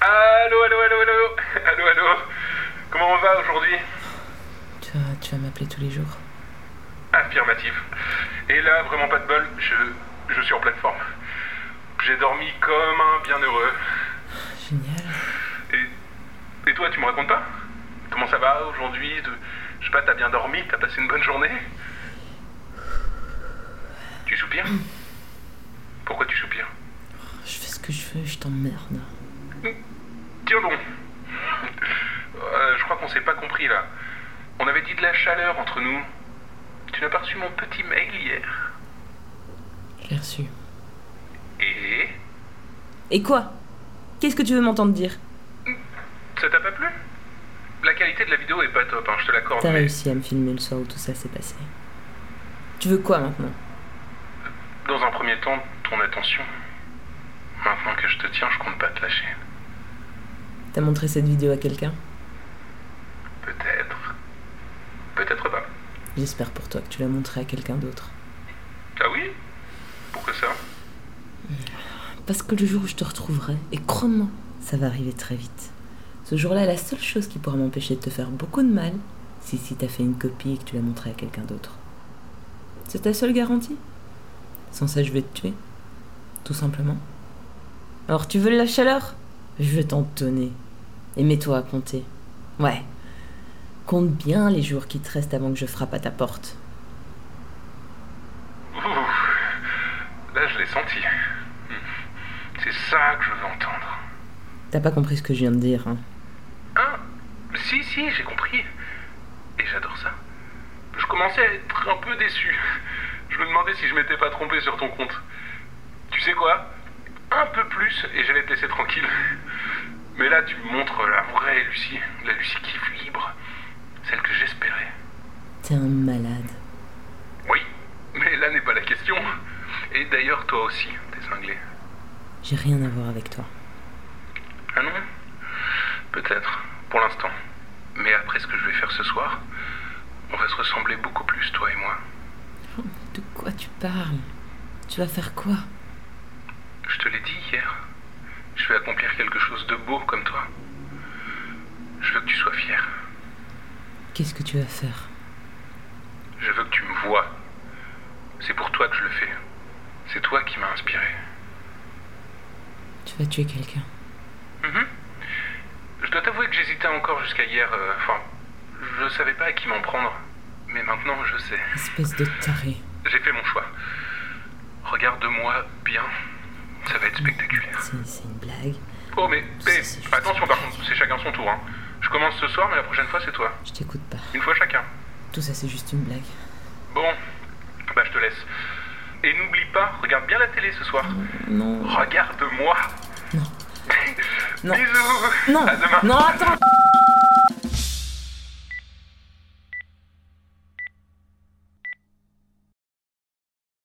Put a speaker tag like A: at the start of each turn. A: Allô, allô, allô, allô, allô, allô. Comment on va aujourd'hui
B: Tu vas, tu vas m'appeler tous les jours.
A: Affirmatif. Et là, vraiment pas de bol, je, je suis en pleine forme. J'ai dormi comme un bienheureux.
B: Génial.
A: Et, et toi, tu me racontes pas Comment ça va aujourd'hui De- Je sais pas, t'as bien dormi T'as passé une bonne journée Tu soupires Pourquoi tu soupires
B: Je fais ce que je veux, je t'emmerde.
A: Tiens donc Euh, Je crois qu'on s'est pas compris là. On avait dit de la chaleur entre nous. Tu n'as pas reçu mon petit mail hier
B: Je l'ai reçu.
A: Et
C: Et quoi Qu'est-ce que tu veux m'entendre dire
A: ça t'a pas plu La qualité de la vidéo est pas top, hein, je te l'accorde.
B: T'as
A: mais-
B: réussi à me filmer le soir où tout ça s'est passé.
C: Tu veux quoi maintenant
A: Dans un premier temps, ton attention. Maintenant que je te tiens, je compte pas te lâcher.
C: T'as montré cette vidéo à quelqu'un
A: Peut-être. Peut-être pas.
B: J'espère pour toi que tu l'as montré à quelqu'un d'autre.
A: Ah oui Pourquoi ça
C: Parce que le jour où je te retrouverai, et crois-moi, ça va arriver très vite. Ce jour-là, la seule chose qui pourra m'empêcher de te faire beaucoup de mal, c'est si t'as fait une copie et que tu l'as montrée à quelqu'un d'autre. C'est ta seule garantie Sans ça, je vais te tuer. Tout simplement. Alors, tu veux de la chaleur Je vais t'en donner. Et mets-toi à compter. Ouais. Compte bien les jours qui te restent avant que je frappe à ta porte.
A: Ouh Là, je l'ai senti. Hmm. C'est ça que je veux entendre.
C: T'as pas compris ce que je viens de dire, hein
A: Hein Si, si, j'ai compris. Et j'adore ça. Je commençais à être un peu déçu. Je me demandais si je m'étais pas trompé sur ton compte. Tu sais quoi Un peu plus et j'allais te laisser tranquille. Mais là, tu me montres la vraie Lucie. La Lucie qui fut libre. Celle que j'espérais.
C: T'es un malade.
A: Oui, mais là n'est pas la question. Et d'ailleurs, toi aussi, t'es cinglé.
C: J'ai rien à voir avec toi.
A: Ah non Peut-être, pour l'instant. Mais après ce que je vais faire ce soir, on va se ressembler beaucoup plus, toi et moi.
C: De quoi tu parles Tu vas faire quoi
A: Je te l'ai dit hier. Je vais accomplir quelque chose de beau comme toi. Je veux que tu sois fier.
C: Qu'est-ce que tu vas faire
A: Je veux que tu me vois. C'est pour toi que je le fais. C'est toi qui m'as inspiré.
C: Tu vas tuer quelqu'un.
A: Mhm. Je dois t'avouer que j'hésitais encore jusqu'à hier. euh, Enfin, je savais pas à qui m'en prendre. Mais maintenant, je sais.
C: Espèce de taré.
A: J'ai fait mon choix. Regarde-moi bien. Ça va être spectaculaire.
C: C'est c'est une blague.
A: Oh, mais,
C: Ça,
A: mais,
C: c'est juste
A: attention par contre, c'est chacun son tour. hein. Je commence ce soir, mais la prochaine fois, c'est toi.
C: Je t'écoute pas.
A: Une fois chacun.
C: Tout ça, c'est juste une blague.
A: Bon, bah je te laisse. Et n'oublie pas, regarde bien la télé ce soir.
C: Non.
A: Regarde-moi.
C: Non. Non.
A: Bisous.
C: Non.
A: À demain.
C: Non, attends.